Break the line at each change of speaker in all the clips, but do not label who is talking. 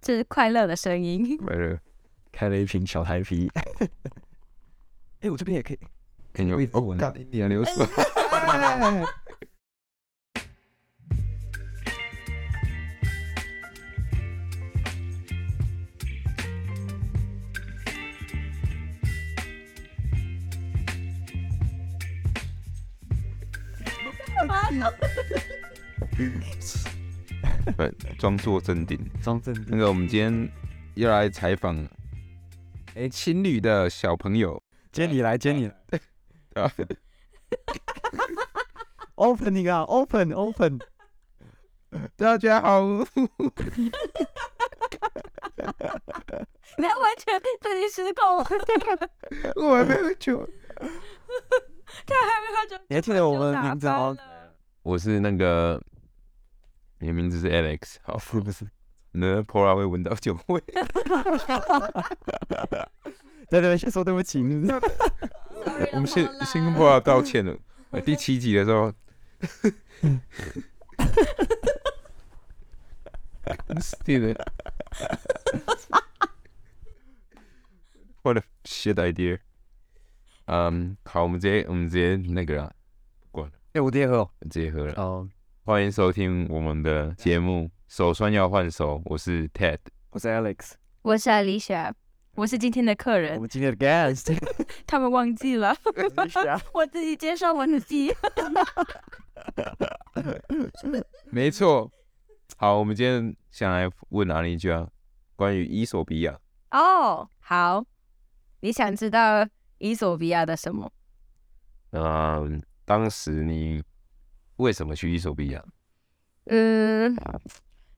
这是快乐的声 音。
买了开了一瓶小台啤，
哎，我这边也可以。
很有哦，我
干
一点流水。对，装作镇定。
张正
那个，我们今天要来采访，哎、情侣的小朋友
接你来，接你来。
啊，
Opening 啊，Open，Open。
大家好，
你看完全对你失控了，
我还没喝酒。
他还没有就
你还记得我们的名字
哦
哦？
我是那个，你的名字是 Alex，好，
是不是？
你的 Pora 会闻到酒味。
对对对，先说对不起，是不是
哎我们先先跟 Pora 道歉 了。呃第七集的时候，嗯对的。What a shit idea！嗯、好，我们直接我们直接那个啦，
哎，我直接喝哦。
直接喝了。
哦，
欢迎收听我们的节目《手酸要换手》，我是 Ted。
我是 Alex，
我是 Alicia，我是今天的客
我
人，
们今天的 guest
他们忘记了，
Alicia。
我自己介绍我自己。
没错。好，我们今天想来问哪里一句啊？关于伊索比亚，
哦，好，你想知道伊索比亚的什么？
嗯，当时你为什么去伊索比亚？
嗯，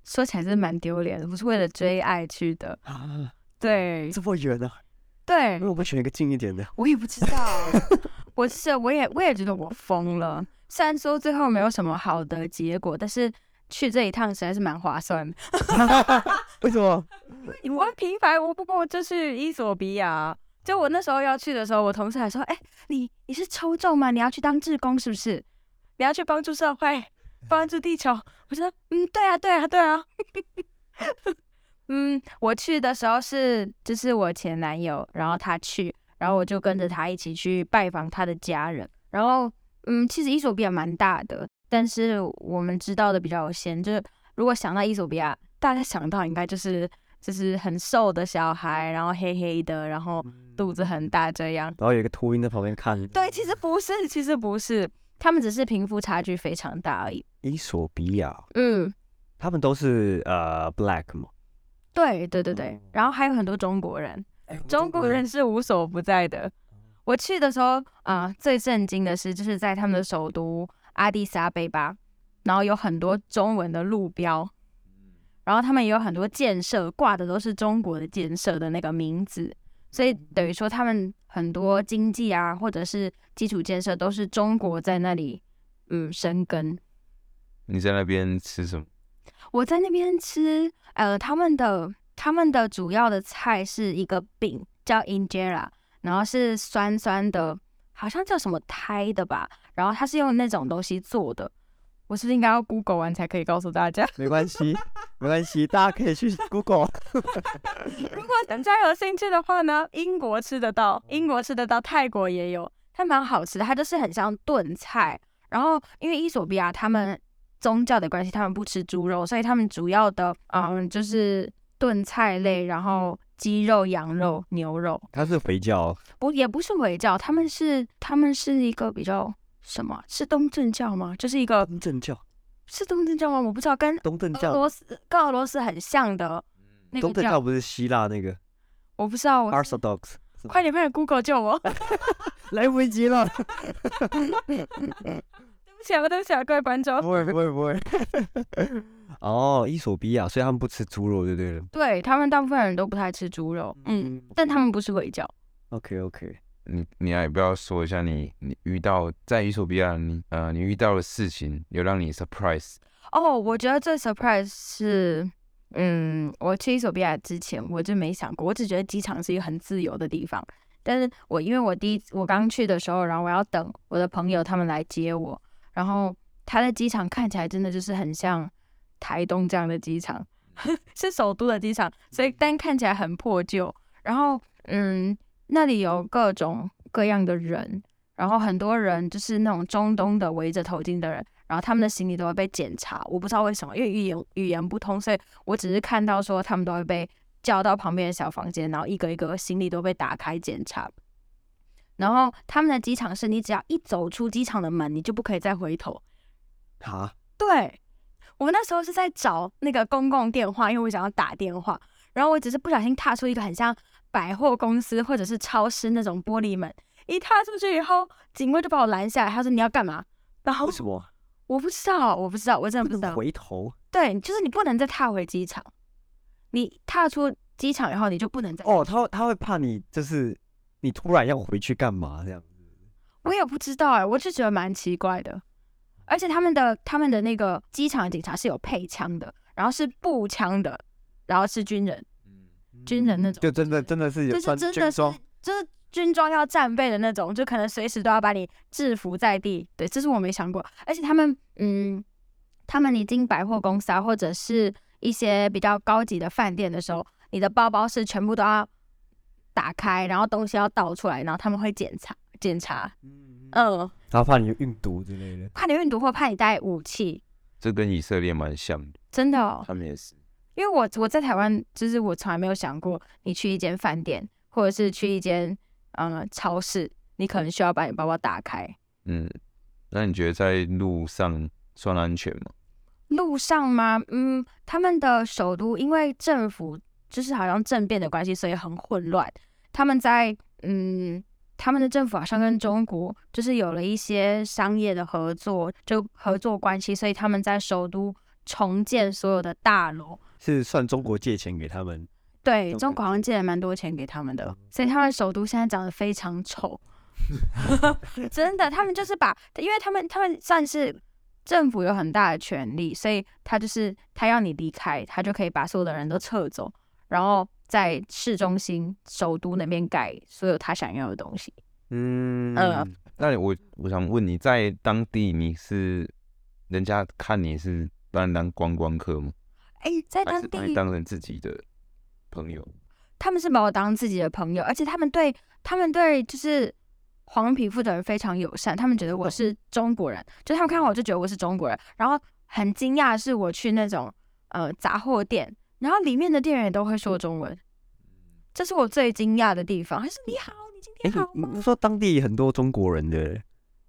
说起来真蛮丢脸的，我是为了追爱去的。
啊，
对
这么远呢？啊
对
那，我们选一个近一点的。
我也不知道， 我是我也我也觉得我疯了。虽然说最后没有什么好的结果，但是去这一趟实在是蛮划算的。
为什么？
我很平凡，我不过就去伊索比亚。就我那时候要去的时候，我同事还说：“哎、你你是抽中吗？你要去当志工是不是？你要去帮助社会，帮助地球。”我说：“嗯，对啊，对啊，对啊。”嗯，我去的时候是就是我前男友，然后他去，然后我就跟着他一起去拜访他的家人。然后，嗯，其实伊索比亚蛮大的，但是我们知道的比较有限。就是如果想到伊索比亚，大家想到应该就是就是很瘦的小孩，然后黑黑的，然后肚子很大这样。
然后有一个秃鹰在旁边看。
嗯对，其实不是，其实不是，他们只是贫富差距非常大而已。
伊索比亚，
嗯，
他们都是呃 black 嘛。
对对对对，然后还有很多中国人，哎中国人嗯是无所不在的。我去的时候啊、呃最震惊的是，就是在他们的首都阿迪萨贝巴，然后有很多中文的路标，嗯然后他们也有很多建设挂的都是中国的建设的那个名字，所以等于说他们很多经济啊，或者是基础建设都是中国在那里嗯生根。
你在那边吃什么？
我在那边吃，呃，他们的他们的主要的菜是一个饼，叫 injera，然后是酸酸的，好像叫什么胎的吧，然后它是用那种东西做的。我是不是应该要 Google 完才可以告诉大家？
没关系，没关系，大家可以去 Google。
如果 大家有兴趣的话呢，英国吃得到，
嗯
英国吃得到，泰国也有，它蛮好吃的，它就是很像炖菜。然后因为伊索比亚他们宗教的关系，他们不吃猪肉，所以他们主要的嗯就是炖菜类，然后鸡肉、羊肉、牛肉，
他是回教，哦
不也不是回教，他们是他们是一个比较什么是东正教吗？就是一个
啊东正教，
是东正教吗？我不知道，跟
东正
俄
教，嗯
罗斯跟俄罗斯很像的那
东
个哦
正
教，
教不是希腊那个
我不知道，我
Orthodox，是吧
快点快点 Google 救我。
来不 及了。
想不都想各位观众，
不会不会 不会。哦，伊索比亚，所以他们不吃猪肉就对了。
对他们大部分人都不太吃猪肉，嗯，但他们不是回教，
，OK OK，
你你要不要说一下你你遇到在伊索比亚你呃你遇到的事情有让你 surprise？
哦，我觉得最 surprise 是，嗯，我去伊索比亚之前我就没想过，我只觉得机场是一个很自由的地方。但是我因为我第一我刚去的时候，然后我要等我的朋友他们来接我，然后他的机场看起来真的就是很像台东这样的机场， 是首都的机场，所以但看起来很破旧。然后，嗯，那里有各种各样的人，然后很多人就是那种中东的围着头巾的人，然后他们的行李都会被检查。我不知道为什么，因为语言语言不通，所以我只是看到说他们都会被叫到旁边的小房间，然后一个一个行李都被打开检查。然后他们的机场是你只要一走出机场的门，你就不可以再回头。
哈，
对，我那时候是在找那个公共电话，因为我想要打电话，然后我只是不小心踏出一个很像百货公司或者是超市那种玻璃门，一踏出去以后，警卫就把我拦下来，他说你要干嘛？然后
为什么
我不知道，我不知道，我真的
不
不知道
能。回头？
对，就是你不能再踏回机场，你踏出机场以后，你就不能再。
哦，他会他会怕你，就是你突然要回去干嘛这样？
我也不知道哎、我就觉得蛮奇怪的。而且他们的他们的那个机场的警察是有配枪的，然后是步枪的，然后是军人，
嗯
军人那种
就真的真的是有
就是
穿
真
军
的是
装，
就是军装要战备的那种，就可能随时都要把你制服在地。对，这是我没想过。而且他们，嗯，他们你进百货公司啊，或者是一些比较高级的饭店的时候，你的包包是全部都要打开，然后东西要倒出来，然后他们会检查检查。
嗯，
嗯，
然后怕你运毒之类的。
怕你运毒或怕你带武器，
这跟以色列蛮像的，
真的、哦。
他们也是。
因为我我在台湾，就是我从来没有想过，你去一间饭店，或者是去一间嗯超市，你可能需要把你包包打开。
嗯，那你觉得在路上算安全吗？
路上吗？嗯，他们的首都因为政府就是好像政变的关系，所以很混乱。他们在嗯，他们的政府好像跟中国就是有了一些商业的合作，就合作关系，所以他们在首都重建所有的大楼。
是算中国借钱给他们，
对，
中
中
国
国好像借了蛮多钱给他们
嗯
的，所以他们首都现在长得非常丑， 真的，他们就是把，因为他们他们算是政府有很大的权利，所以他就是他要你离开，他就可以把所有的人都撤走，然后在市中心首都那边盖所有他想要的东西。
嗯
呃
那我我想问你在当地你是人家看你是把你当观光客吗？
哎，在
还
当
是把你
地
当成自己的朋友？
他们是把我当自己的朋友，而且他们对他们对就是黄皮肤的人非常友善，他们觉得我是中国人，就他们看到我就觉得我是中国人，然后很惊讶的是我去那种呃杂货店，然后里面的店员也都会说中文，这是我最惊讶的地方。还是你好，你今
哎
天好，
你
吗？
你说当地很多中国人的，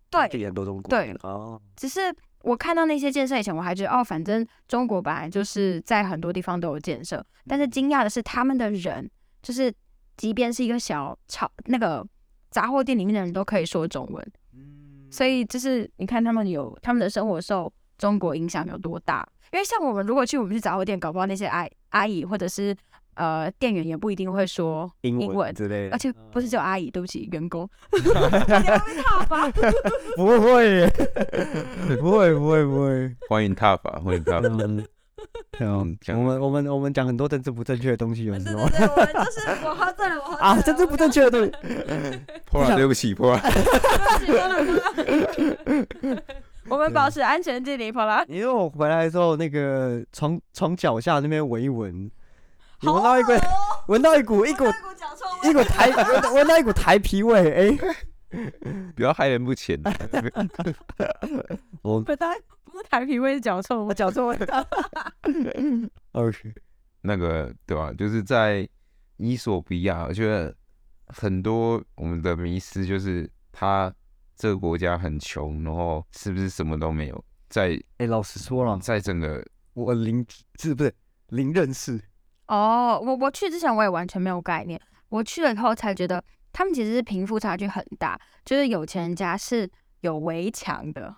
当
对，
地很多中国
对
人哦，
只是我看到那些建设以前，我还觉得哦，反正中国本来就是在很多地方都有建设。但
嗯
是惊讶的是，他们的人就是，即便是一个小超那个杂货店里面的人都可以说中文，
嗯
嗯
所以就是你看他们有他们的生活受中国影响有多大。因为像我们如果去我们去杂货店，搞不好那些阿阿姨或者是呃店员也不一定会说
英
英
文
文
之类的，
而且不
嗯
是只有阿姨，对不起，员工，你要被踏 伐。
不会耶， 不会不会不会。
欢迎踏法，欢迎踏法。
嗯，对啊
嗯讲
我们我们我们讲很多政治不正确的东西，有
对
时
对
候
对，我们就是我喝醉了，我喝醉了
啊，政治不正确的东西，
破了，对不起，破了。
我们保持安全距离，好 啦。
你说我回来的时候，那个床床脚下那边闻一闻，你闻到一股
哦
闻到一股一股一股台闻到闻到一股台皮味，哎，
不要害人不浅。啊
我
不太不是台皮味是脚臭
我
吗？
脚臭味道。OK，
那个对吧、就是在伊索比亚，我觉得很多我们的迷思就是他这个国家很穷，然后是不是什么都没有？在
哎，老实说了，
在整个
我零是不是零认识？
哦，我我去之前我也完全没有概念，我去了以后才觉得他们其实是贫富差距很大，就是有钱人家是有围墙的，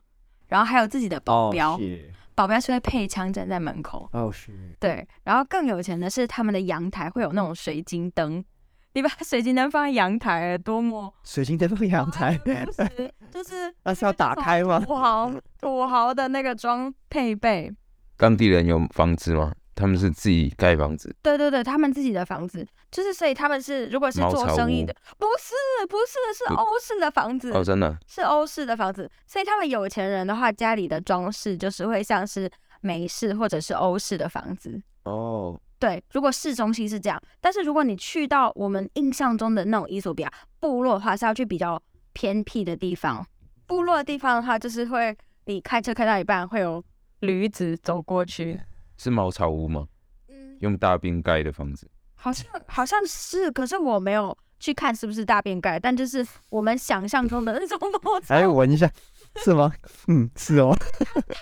然后还有自己的保镖，保镖是会配枪站在门口，
哦是，
对，然后更有钱的是他们的阳台会有那种水晶灯，你把水晶灯放在阳台，哎多么
水晶灯放阳台，
当时就是
那是要打开 吗？
土豪土豪的那个装配备，
当地人有房子吗？他们是自己盖房子，
对对对，他们自己的房子，就是所以他们是如果是
茅
做
草
生意
屋
的，不是不是是
不
欧式的房子，
哦，真的，
是欧式的房子，所以他们有钱人的话，家里的装饰就是会像是美式或者是欧式的房子，
哦，
对，如果市中心是这样，但是如果你去到我们印象中的那种伊索比亚部落的话，是要去比较偏僻的地方。部落的地方的话，就是会你开车开到一半会有驴子走过去，
是茅草屋吗？
嗯，
用大便盖的房子，
好像好像是，可是我没有去看是不是大便盖，但就是我们想象中的那种茅草，
哎，闻一下，是吗？嗯，是哦。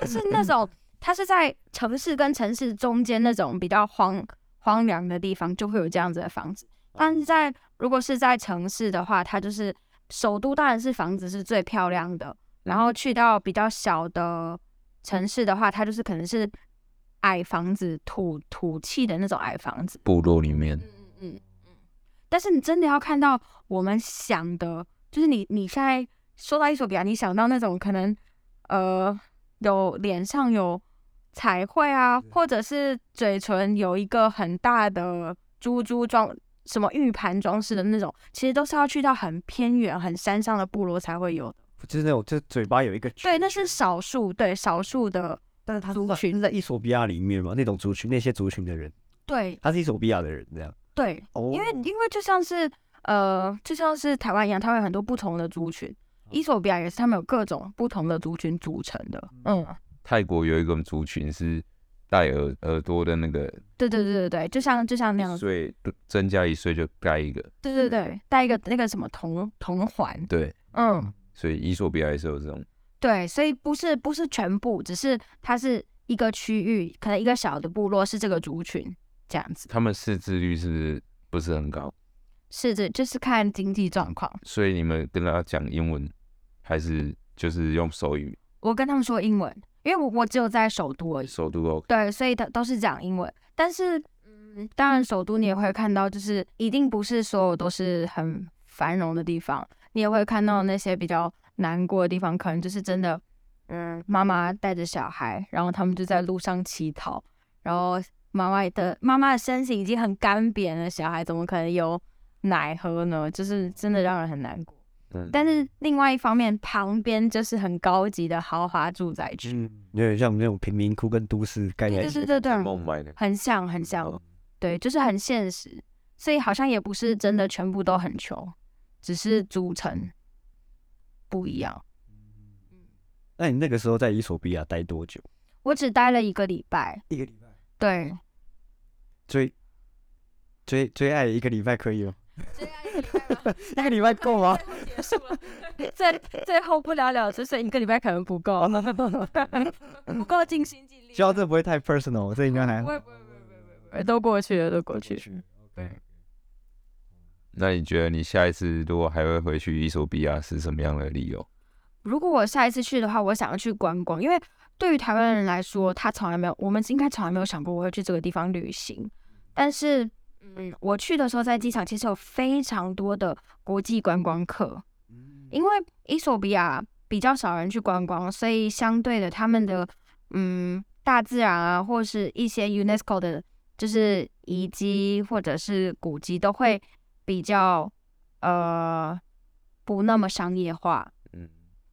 它是那种它是在城市跟城市中间那种比较荒荒凉的地方，就会有这样子的房子。但是在如果是在城市的话，它就是首都当然是房子是最漂亮的，然后去到比较小的城市的话，它就是可能是矮房子、土土气的那种矮房子。
部落里面
嗯嗯嗯嗯。但是你真的要看到我们想的，就是你你现在说到伊索比亚，你想到那种可能呃有脸上有彩绘啊，或者是嘴唇有一个很大的珠珠装。什么玉盘装饰的那种，其实都是要去到很偏远、很山上的部落才会有的。
就是那种，就嘴巴有一个圈，
对，那是少数，对少数的，
但是他
族
是在
群
是在伊索比亚里面嘛，那种族群，那些族群的人，
对
他是伊索比亚的人这样。
对，
哦，
因为因为就像是呃，就像是台湾一样，它会有很多不同的族群。伊索比亚也是，他们有各种不同的族群组成的。嗯，
泰国有一个族群是戴耳耳朵的那个，
对对对对对，就像就像那样，
岁增加一岁就盖一个，
对对对，戴一个那个什么铜铜环。
对，
嗯，
所以伊索比亚也是有这种，
对，所以不是不是全部，只是它是一个区域，可能一个小的部落是这个族群这样子，
他们识字率是不是不是很高？
是这就是看经济状况。
所以你们跟他讲英文还是就是用手语？
我跟他们说英文，因为我我只有在首都而已。
首都 OK，
对，所以都都是讲英文。但是，嗯，当然首都你也会看到，就是一定不是所有都是很繁荣的地方，你也会看到那些比较难过的地方，可能就是真的，嗯，妈妈带着小孩，然后他们就在路上乞讨，然后妈妈的妈妈的身形已经很干瘪了，小孩怎么可能有奶喝呢？就是真的让人很难过。
嗯，
但是另外一方面，旁边就是很高级的豪华住宅区，
嗯，有点像我们那种贫民窟跟都市概
对
念
对。对对对，
孟买的，
很像，很像
哦，
对，就是很现实，所以好像也不是真
嗯
的全部都很穷，只是组成不一样。
那你那个时候在伊索比亚待多久？
我只待了一个礼拜，
一个礼拜。
对，
追追追爱一个礼拜可以吗？一个礼拜 够 吗？
最最后不了了之，所以一个礼拜可能不 够，
那那那
不够尽心尽力。
希望这不会太 personal，这应该还
不
好。
会不会不会不会，都过去了，都过去了。
那你觉得你下一次如果还会回去伊索比亚是什么样的理由？
如果我下一次去的话，我想要去观光，因为对于台湾人来说，他从来没有，我们应该从来没有想过我会去这个地方旅行。但是，嗯，我去的时候在机场其实有非常多的国际观光客，
嗯
因为伊索比亚比较少人去观光，所以相对的他们的嗯大自然啊，或是一些 UNESCO 的，就是遗迹或者是古迹都会比较呃不那么商业化。
嗯，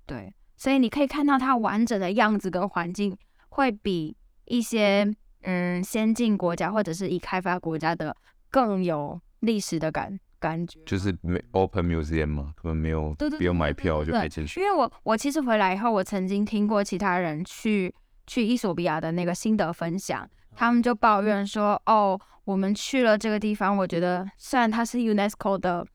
对，所以你可以看到它完整的样子跟环境，会比一些嗯先进国家或者是已开发国家的更有历史的感感觉。
就是没 Open Museum 嘛，根本没有
对对对
不用买
对对
票
对
就可以进
因
去。
为我我其实回来以后，我曾经听过其他人去去伊索比亚的那个心得分享，他们就抱怨说，哦，我们去了这个地方，我觉得虽然它是 UNESCO 的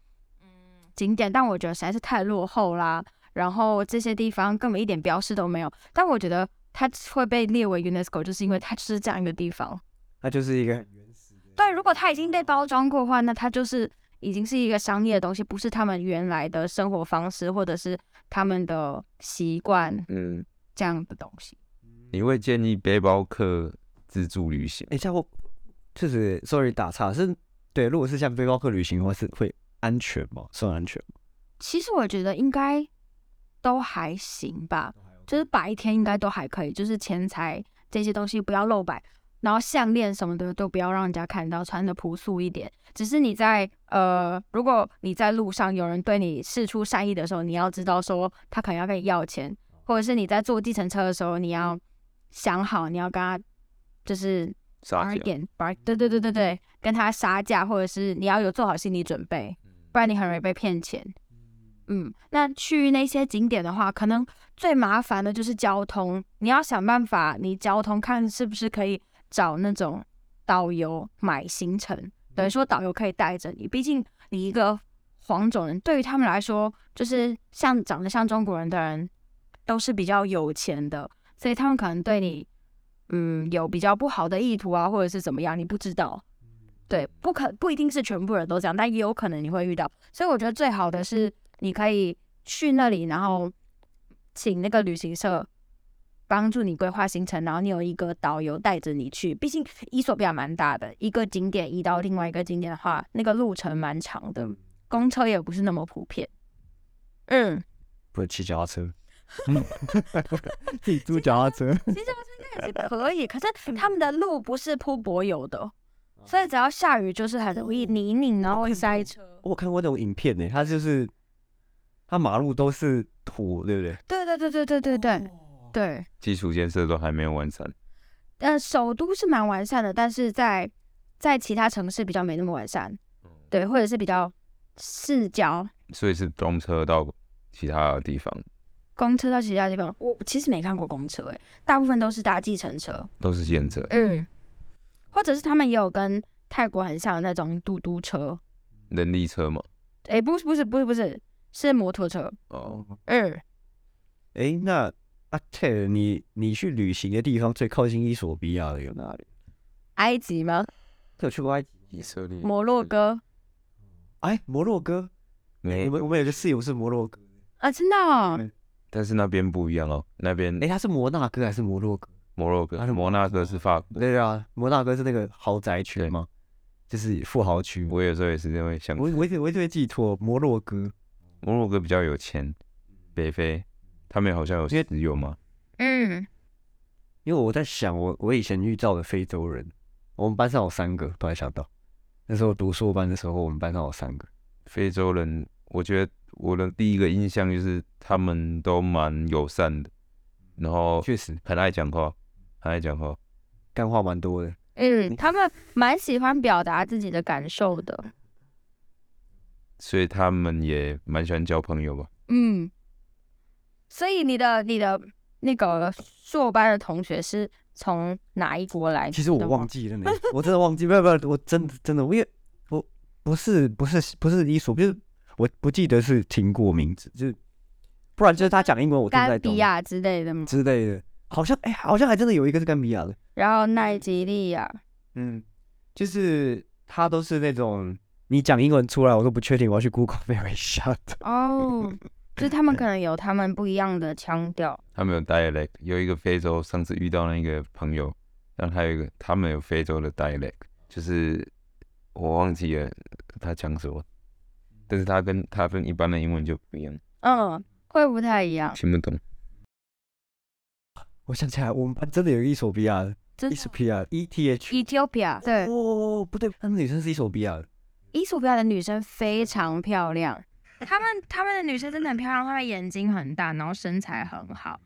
嗯景点，但我觉得实在是太落后啦，然后这些地方根本一点标识都没有，但我觉得。它会被列为 UNESCO，就是因为它就是这样一个地方。
那就是一个很原始的。
对，如果它已经被包装过的话，那它就是已经是一个商业的东西，不是他们原来的生活方式或者是他们的习惯
嗯，
这样的东西。
你会建议背包客自助旅行？
哎，像我就是 sorry 打岔，是对，如果是像背包客旅行的话，是会安全吗？算安全吗？
其实我觉得应该都还行吧，就是白天应该都还可以，就是钱财这些东西不要露白，然后项链什么的都不要让人家看到，穿的朴素一点。只是你在呃，如果你在路上有人对你示出善意的时候，你要知道说他可能要跟你要钱，或者是你在坐计程车的时候，你要想好你要跟他就是
撒娇，
bargain bar，对对对对对，跟他杀价，或者是你要有做好心理准备，不然你很容易被骗钱。嗯，那去那些景点的话，可能最麻烦的就是交通，你要想办法，你交通看是不是可以找那种导游买行程，等于说导游可以带着你，毕竟你一个黄种人，对于他们来说，就是像长得像中国人的人都是比较有钱的，所以他们可能对你嗯有比较不好的意图啊，或者是怎么样，你不知道。对，不可不一定是全部人都这样，但也有可能你会遇到。所以我觉得最好的是你可以去那里，然后请那个旅行社帮助你规划行程，然后你有一个导游带着你去。毕竟伊索比亚蛮大的，一个景点移到另外一个景点的话，那个路程蛮长的，公车也不是那么普遍。嗯，
不是骑脚踏车，自己租脚踏车，
其实我应该也是可以，可是他们的路不是铺柏油的， 哦所以只要下雨就是很容易泥泞，然后会塞车。
我看过那种影片呢，它就是它马路都是土，对不对？
对对对对对对对、对。
基础建设都还没有完善。
呃，首都是蛮完善的，但是在在其他城市比较没那么完善，对，或者是比较市郊，
嗯所以是动车到其他的地方，
公车到其他地方，我其实没看过公车、欸，大部分都是搭计程车，
都是建设，
嗯，或者是他们也有跟泰国很像的那种嘟嘟车，
人力车嘛。
哎、不是不是不是不是，是摩托车，
哦，
嗯，
哎，那阿 Ted，你你去旅行的地方最靠近伊索比亚的有哪里？
埃及吗？
你有去过埃及？
以色列、
摩洛哥
哎，摩洛哥，
没
我，们我们有个室友是摩洛哥，
啊，真的、哦，
但是那边不一样哦，那边
哎，他是摩纳哥还是摩洛哥？
摩洛哥
它是，
摩纳哥是法国。
对啊，摩纳哥是那个豪宅区
对
吗？就是富豪区吗。
我有时候也是这样会想，
我我一直我一直会记错摩洛哥，
摩洛哥比较有钱，北非他们好像有
因为
石油嘛，
嗯，
因为我在想我我以前遇到的非洲人，我们班上有三个，突然想到，那时候读硕班的时候，我们班上有三个，
非洲人，我觉得我的第一个印象就是他们都蛮友善的，然后
确实
很爱讲话，很爱讲话。
干话蛮多的。
嗯，他们蛮喜欢表达自己的感受的，
所以他们也蛮喜欢交朋友吧。
嗯，所以你的你的那个硕班的同学是从哪一国来的吗？
其实我忘 记了呢，我真的忘记，不要不要，我真的真的，我也我不是不是不是伊索，就是我不记得是听过名字，就是不然就是他讲英文我听不太
甘
懂
比亚之类的吗？
之类的，好像哎、好像还真的有一个是甘比亚的，
然后奈及利亚，
嗯，就是他都是那种你讲英文出来，我都不确定我要去 Google 没有一下的。
哦，就是他们可能有他们不一样的腔调，
他们有 dialect，有一个非洲，上次遇到那个朋友，然后还有一个他们有非洲的 dialect，就是我忘记了他讲什么，但是他跟他跟一般的英文就不一样，
嗯，会不太一样，
听不懂。
我想起来，我们班真的有一个伊索比亚的，
真
伊
的。
索比亚 E T H，
Ethiopia 对，
哦不对，那女生是伊索比亚的，
伊索比亚的女生非常漂亮， 她们她们的女生真的很漂亮，她们眼睛很大，然后身材很好。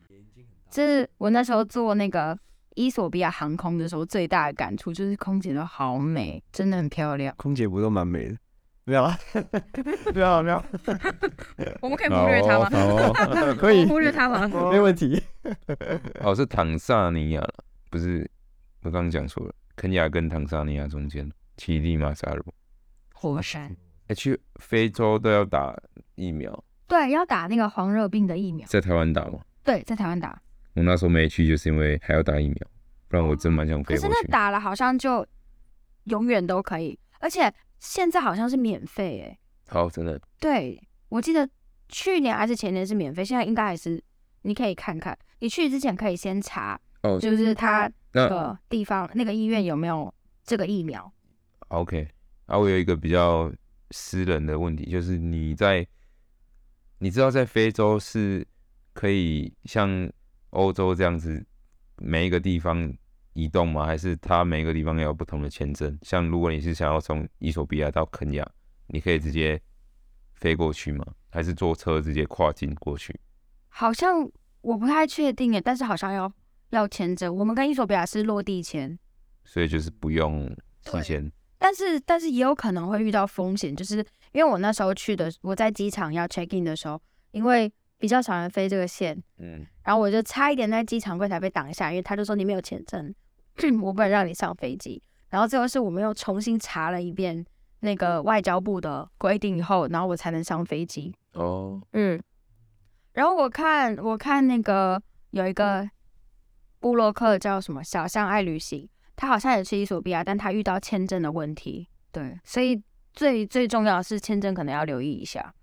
这是我那时候坐那个伊索比亚航空的时候最大的感触，就是空姐都好美，真的很漂亮。
空姐不都蛮美的？没有啊， 没有啊没有啊，
哎我们可以
好哦，好 哦，
可以，
忽略她 吗？
没问题。
哦是坦萨尼亚了，不是我刚刚讲错了，肯亚跟坦萨尼亚中间，乞力马扎罗。
火山
哎，去非洲都要打疫苗，
对，要打那个黄热病的疫苗，
在台湾打吗？
对，在台湾打，
我那时候没去，就是因为还要打疫苗，不然我真蛮想
可
飞
是
过
那
去。
打了好像就永远都可以，而且现在好像是免费欸诶、
好，真的
对，我记得去年还是前年是免费，现在应该还是你可以看看。你去之前可以先查，
哦
就是他
那
那个地方、那个医院有没有这个疫苗。
OK，啊，我有一个比较私人的问题，就是你在，你知道在非洲是可以像欧洲这样子每一个地方移动吗？还是它每一个地方要有不同的签证？像如果你是想要从伊索比亚到肯亚，你可以直接飞过去吗？还是坐车直接跨境过去？
好像我不太确定耶，但是好像要要签证。我们跟伊索比亚是落地签，
所以就是不用提
对
前。
但是但是也有可能会遇到风险，就是因为我那时候去的，我在机场要 check in 的时候，因为比较少人飞这个线，
嗯，
然后我就差一点在机场柜台被挡下，因为他就说你没有签证， 我不能让你上飞机。然后最后是我们又重新查了一遍那个外交部的规定以后，然后我才能上飞机。
哦，
嗯，然后我看我看那个有一个布洛克叫什么小象爱旅行，他好像也去伊索比亚，但他遇到签证的问题。对，所以最最重要的是签证可能要留意一下，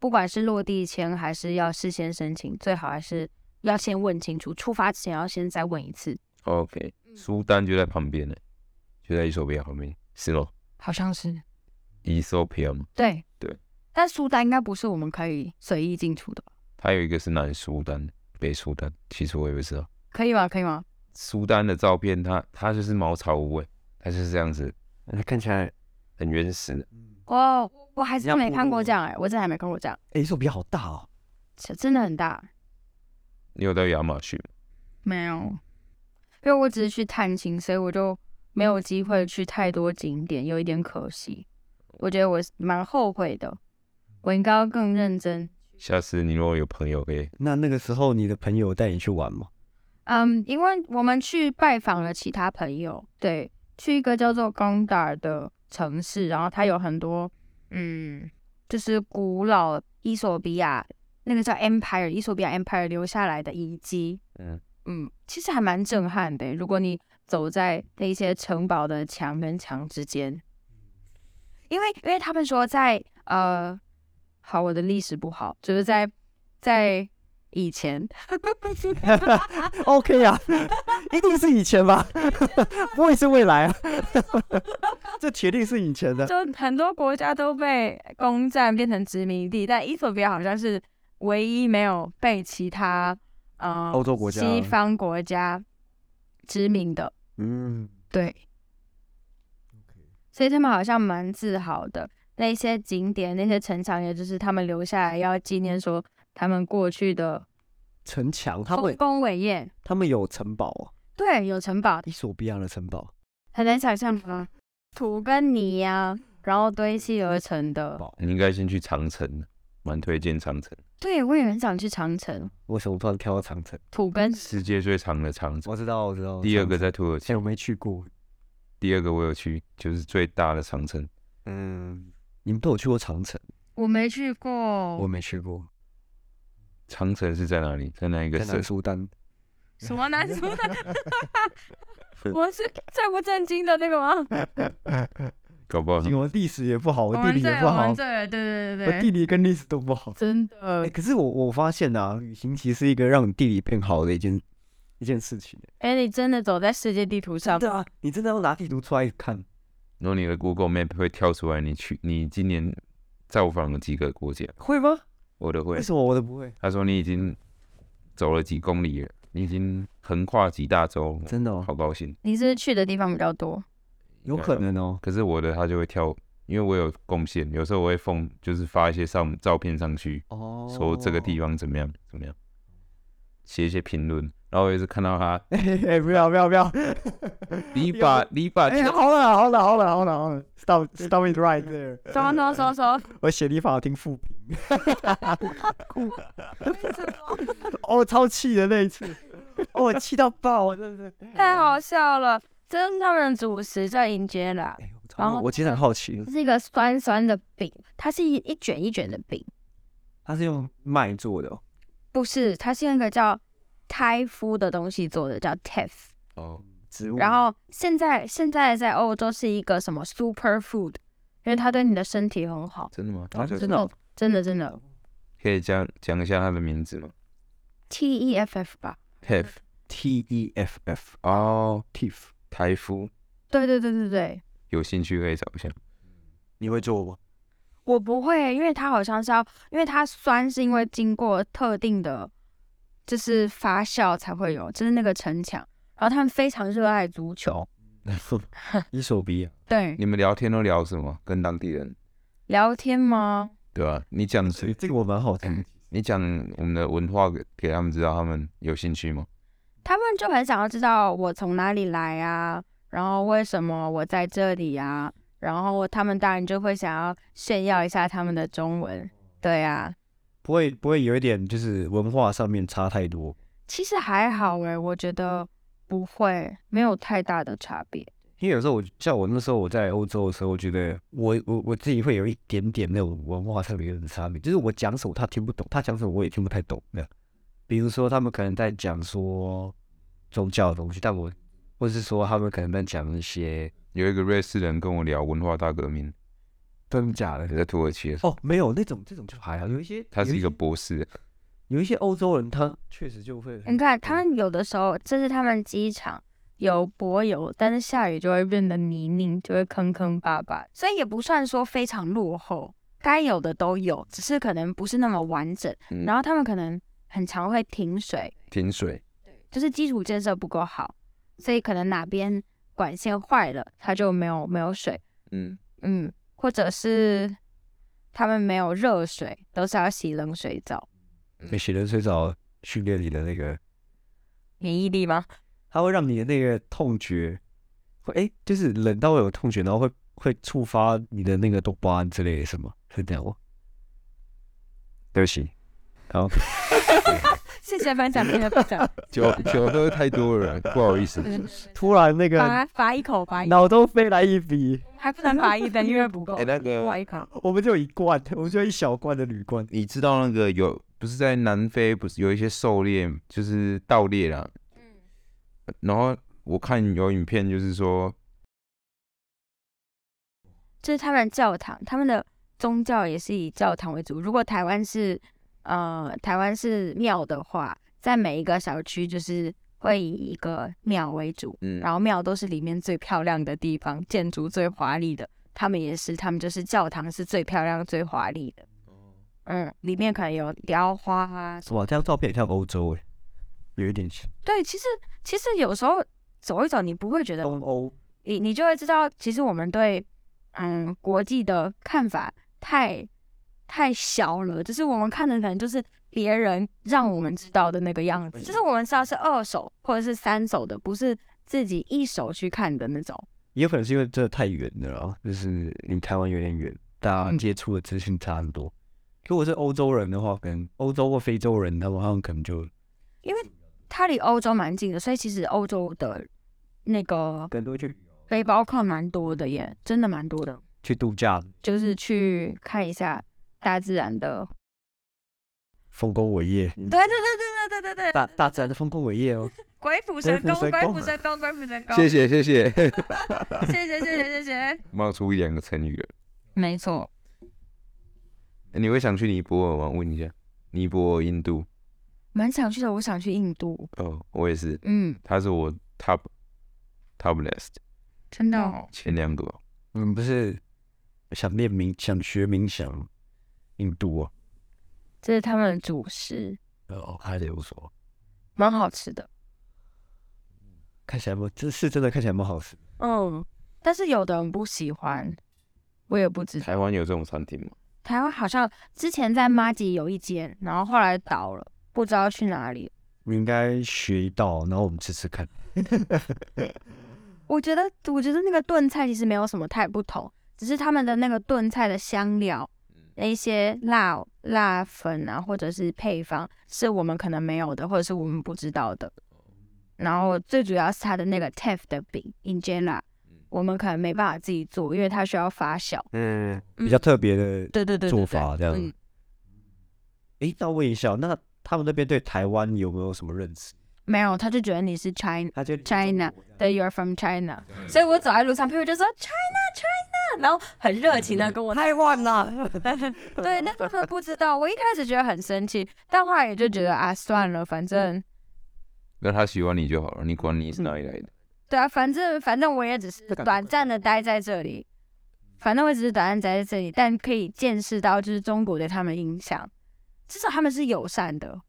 不管是落地签还是要事先申请，最好还是要先问清楚，出发之前要先再问一次。
OK，苏丹就在旁边呢，就在伊索比亚旁边，是咯
好像是
e t h o p i a 嘛，
对
对，
但苏丹应该不是我们可以随意进出的吧，
它有一个是南苏丹、北苏丹，其实我也不知道。
可以吗？可以吗？
苏丹的照片，它它就是茅草屋，哎，它就是这样子，
那看起来，
很原始的。
嗯
哦，我还真
人家
没
部
看过
落
这样哎、我真的还没看过这样，
哎，伊索比亚好大哦，
真的很大。欸
你有到亚马逊吗？
没有，因为我只是去探亲，所以我就没有机会去太多景点，有一点可惜。我觉得我蛮后悔的，我应该要更认真。
下次你如果有朋友可以，
那那个时候你的朋友带你去玩吗？
嗯，因为我们去拜访了其他朋友，对，去一个叫做冈达尔的城市，然后它有很多，嗯，就是古老伊索比亚那个叫 Empire 伊索比亚 Empire 留下来的遗迹，
嗯
嗯，其实还蛮震撼的。欸如果你走在那些城堡的墙跟墙之间，因为因为他们说在呃，好，我的历史不好，就是在在以前，
OK 啊，一定是以 前吧，不会是未来啊， 这铁定是以前的。
就很多国家都被攻占变成殖民地，但伊索比亚好像是唯一没有被其他呃
欧洲国家
西方国家殖民的。
嗯，
对，所以他们好像蛮自豪的。那些景点、那些城墙，也就是他们留下来要纪念说他们过去的
城墙，他
丰
们
功伟业。
他们有城堡哦，
对，有城堡，
伊索比亚的城堡，
很难想象吧？土跟泥呀、然后堆砌而成的。
堡
你应该先去长城，蛮推荐长城，
对，我也很想去长城，
为什么突然跳到长城？
土跟
世界最长的长城。
我知道，我知道。
第二个
哦长城，
在土耳
以
其
前，我没去过。
第二个我有去，就是最大的长城。
嗯，你们都有去过长城，
我没去过，
我没去过，
长城是在哪里？在哪一个
在
省
南？苏丹。
嗯
什么南 苏丹？我是最不正经的那啊个吗？
搞不好
我们历史也不好，我
我
地
们
理
这
也不
我
好
们，这，对对
我
对
地
对，
理跟历史都不好。
真
哎，
的。
可是我我发现啊，旅行其实是一个让你地理变好的一件一件事情。
哎，你真的走在世界地图上，
对啊，你真的要拿地图出来看。
然后你的 Google Map 会跳出来，你去你今年造访了几个国家？
会吗？
我都会
为。什么我都不会？
他说你已经走了几公里了，你已经横跨几大洲，
真的哦，
好高兴。
你是不是去的地方比较多，
有可能哦。
可是我的他就会跳，因为我有贡献，有时候我会放，就是发一些上照片上去，
哦，
说这个地方怎么样怎么样，写一些评论。然后我也是看 到他，
哎、哎不要不要不
啊
要！
你把你把
哎、好了好了好了好了好了，stop stop it right there！
什么什么什么什么
我写立法听复评，
为什么，
哦，超气的那一次， 哦，我气到爆，我真的是。
太好笑了。这是他们的主食叫 i n j e r a
哎我
然
操
后
我其实很好奇，
是一个酸酸的饼，它是一一卷一卷的饼，
它是用麦做的、哦，
不是，它是用一个叫胎夫的东西做的，叫 teff。
哦，
植物，
然后现在现在在欧洲是一个什么 super food，因为它对你的身体很好，
真的吗？
啊
就
真的哦
真的真的
可以讲讲一下他的名字吗
T E F F 吧？
？Tef
T E F F
哦，
Tiff，
台夫，
对对对对对，
有兴趣可以找 一下。
你会做吗？
我不会，因为它好像是要，因为它酸是因为经过特定的，就是发酵才会有，就是那个城墙。然后他们非常热爱足
哦
球，
伊索比
啊
亚，
对，
你们聊天都聊什么？跟当地人，
聊天吗？
对吧、你讲
这这个我蛮好奇的。
你讲我们的文化给给他们知道，他们有兴趣吗？
他们就很想要知道我从哪里来啊，然后为什么我在这里啊？然后他们当然就会想要炫耀一下他们的中文，对啊，
不会不会有一点就是文化上面差太多。
其实还好诶、我觉得不会，没有太大的差别。
因为有时候我像我那时候我在欧洲的时候，我觉得我我我自己会有一点点那种文化上面的差别，就是我讲什么他听不懂，他讲什么我也听不太懂的。比如说他们可能在讲说宗教的东西，但我或是说他们可能在讲一些
有一个瑞士人跟我聊文化大革命，
真的假的
也在土耳其的时候，
哦，没有那种这种就还好，有一些
他是
有
一个
一些
博士，
有一些欧洲人他确实就会很
你看，他们有的时候，这是他们机场有柏油，但是下雨就会变得泥泞，就会坑坑巴巴，所以也不算说非常落后，该有的都有，只是可能不是那么完整。
嗯
然后他们可能很常会停水，
停水，
就是基础建设不够好，所以可能哪边管线坏了，它就没有没有水，
嗯，
嗯，或者是他们没有热水，都是要洗冷水澡，
被洗冷水澡训练你的那个
免疫力吗？
它会让你的那个痛觉会哎、就是冷到会有痛觉，然后会会触发你的那个多巴胺之类的什么，是这样吗？对不起，好，
谢谢分享，谢谢分 享，
酒酒喝太多了，不好意思，
突然那个
嗯罚罚一口，罚一口。
脑中飞来一笔，
还不能罚一分，因为不够。
哎，那个
罚一口，
我们就一罐，我们就一小罐的铝罐，
你知道那个有不是在南非不是有一些狩猎就是盗猎啦，然后我看有影片就是说，
这是他们教堂，他们的宗教也是以教堂为主。如果台湾是呃台湾是庙的话，在每一个小区就是会以一个庙为主，
嗯
然后庙都是里面最漂亮的地方，建筑最华丽的。他们也是，他们就是教堂是最漂亮、最华丽的。嗯，里面可能有雕花啊，
是吧？这张照片很像欧洲哎、有一点像
对，其实其实有时候走一走，你不会觉得
东欧，
你你就会知道，其实我们对嗯国际的看法太太小了，就是我们看的可能就是别人让我们知道的那个样子，就是我们知道是二手或者是三手的，不是自己一手去看的那种。
也有可能是因为真的太远了啊，就是离台湾有点远，大家
嗯
接触的资讯差很多。如果是欧洲人的话，可能欧洲或非洲人，他们他们可能就
它离欧洲蛮近的，所以其实欧洲的那个
更多去
背包客蛮多的耶，真的蛮多的，
去度假的，
就是去看一下大自然的。
丰功伟业，
对对对对对对对，
大大自然的丰功伟业哦。
鬼斧神工，
神
鬼
功
斧神工，鬼斧神工。
谢谢谢谢，
谢谢谢谢谢谢。
冒出一两个成语了。哎
没错，
你会想去尼泊尔吗？问一下，尼泊尔、印度，
蛮想去的。我想去印度，
哦，我也是，
嗯，
它是我 top top list
真的、哦。
前两个吧，
你们不是想练冥，想学冥想，印度啊？
这是他们的主食，
哦，还得无所，
蛮好吃的。
看起来不，这是真的看起来蛮好吃。
嗯，但是有的人不喜欢，我也不知道。
台湾有这种餐厅吗？
台湾好像之前在妈吉有一间，然后后来倒了，不知道去哪里。
你应该学一道，然后我们吃吃看。
我觉得，我觉得那个炖菜其实没有什么太不同，只是他们的那个炖菜的香料，那一些辣辣粉啊，或者是配方，是我们可能没有的，或者是我们不知道的。然后最主要是它的那个 teff 的饼 injera，我们可能没办法自己做，因为它需要发酵。
嗯，
比较特别的
对对对
做法这样
嗯。
诶，那问一下，那他们那边对台湾有没有什么认识？
没有，他就觉得你是 China。
他就
China，对，You're from China，所以我走在路上，朋友就说 China China，然后很热情的跟我太晚了。 对，那个时候不知道，我一开始觉得很生气，但后来也就觉得啊，算了，反正
让他喜欢你就好了，你管你是哪里来的。
对啊，反正反正我也只是短暂的待在这里，反正我只是短暂待在这里，但可以见识到就是中国对他们的影响，至少他们是友善的。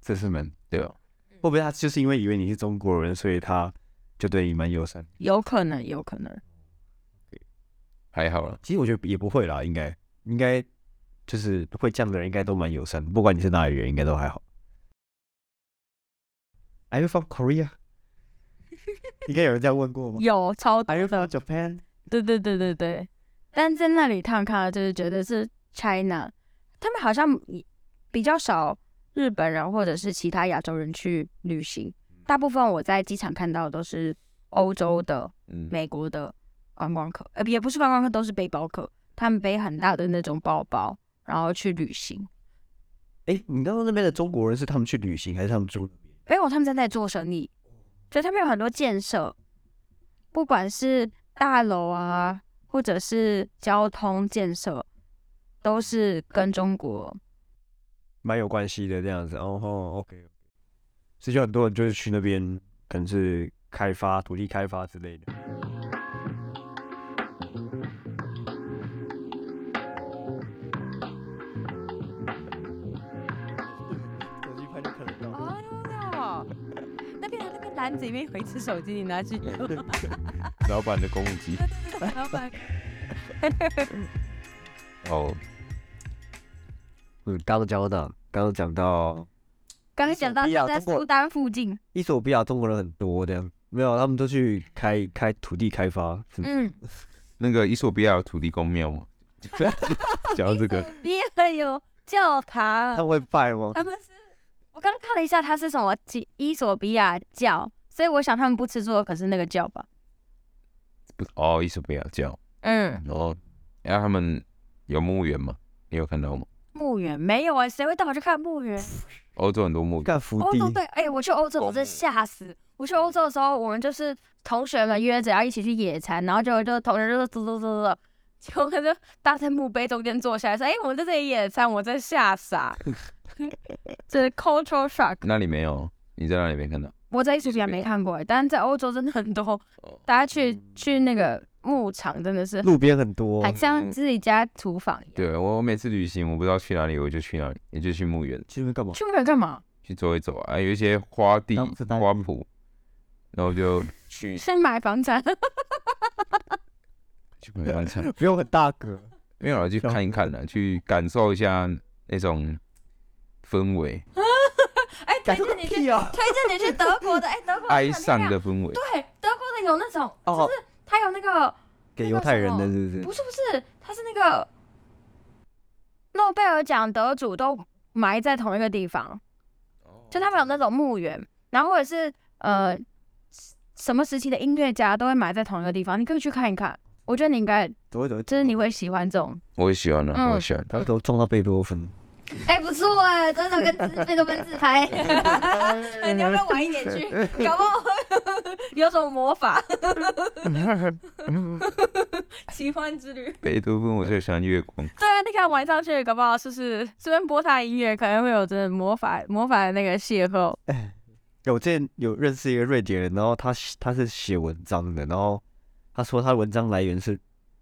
这是门，对吧？
会不会他就是因为以为你是中国人，所以他就对你蛮友善？
有可能，有可能，
还好了，
其实我觉得也不会啦，应该应该就是会这样的人，应该都蛮友善的，不管你是哪里人，应该都还好。Are you from Korea？ 应 该有人这样问过吗
有超
？Are you
多
from
的，
Japan？
对对对对对。但在那里他们看到就是觉得是 China，他们好像也比较少日本人或者是其他亚洲人去旅行，大部分我在机场看到的都是欧洲的
嗯，
美国的观光客，呃，也不是观光客，都是背包客，他们背很大的那种包包，然后去旅行。
哎，你刚刚那边的中国人是他们去旅行还是他们住？
没有，他们正在做生意，所以他们有很多建设，不管是大楼啊，或者是交通建设，都是跟中国
蛮有关系的这样子。哦吼，OK，所以就很多人就是去那边，可能是开发土地开发之类的。手机拍就看得到。
哦，那边那边篮子里面有一只手机，你拿去。
老板的公务机
老板，
哦，
嗯，刚刚讲到，刚刚讲到
刚刚讲到
手机啊
在
中国
苏丹附近，
伊索比亚中国人很多这样，没有，他们都去开开土地开发，是吗
嗯，
那个伊索比亚有土地公庙吗？ 讲到这个，
也很有教堂
他。们会拜吗？
他们是，我刚刚看了一下，它是什么基伊索比亚教，所以我想他们不吃猪肉，可是那个教吧。
不哦，伊索比亚教，
嗯，
然后然后他们有墓园吗？你有看到吗？
墓园没有啊，谁会带我去看墓园？
欧洲很多墓园，
干福
欧
地
洲对，哎、我去欧洲，我
哦
真的吓死。我去欧洲的时候，我们就是同学们约着要一起去野餐，然后结果就同学就走走走走， 结果他就搭在墓碑中间坐下来说：“哎、我们在这里野餐。”我真吓 傻，这是 cultural shock。
那里没有，你在那里没看到？
我在伊索比亚没看过，欸但是在欧洲真的很多，
哦
大家去
嗯
去那个牧场真的是
路边很多
还，像自己家厨房一样。
对我，我每次旅行我不知道去哪里，我就去哪里，也就去墓园
去那边干嘛？
去那边干嘛？
去走一走啊，有一些花地、
当时在
花圃，然后就去
先买房产，
去买 房产，
不用很大个，
没有了，去看一看了，去感受一下那种氛围，
哎， 推
感觉
荐你去，
屁啊！
推荐你去德国的，哎，德国的
哀
很
伤
漂亮，
的氛围。
对，德国的有那种，
哦嗯
就是它有那个，
给犹太人的是不是？
不是不是，它是那个诺贝尔奖得主都埋在同一个地方，就他们有那种墓园，然后或者是呃什么时期的音乐家都会埋在同一个地方，你可以去看一看，我觉得你应该
走一走，
就是你会喜欢这种。
我也喜欢
嗯
啊，我也喜欢。
他都撞到贝多芬。
哎、不错哎、真的跟自那个跟自拍， 哎你要不要 晚一点去？搞不好有什么魔法？
哎
奇幻之旅。
贝多芬，我最喜欢月光。
对啊，你看晚上去，搞不好就是这边播他的音乐，可能会有真的魔法魔法的那个邂逅。
有我之前有认识一个瑞典人，然后他是他是写文章的，然后他说他文章来源是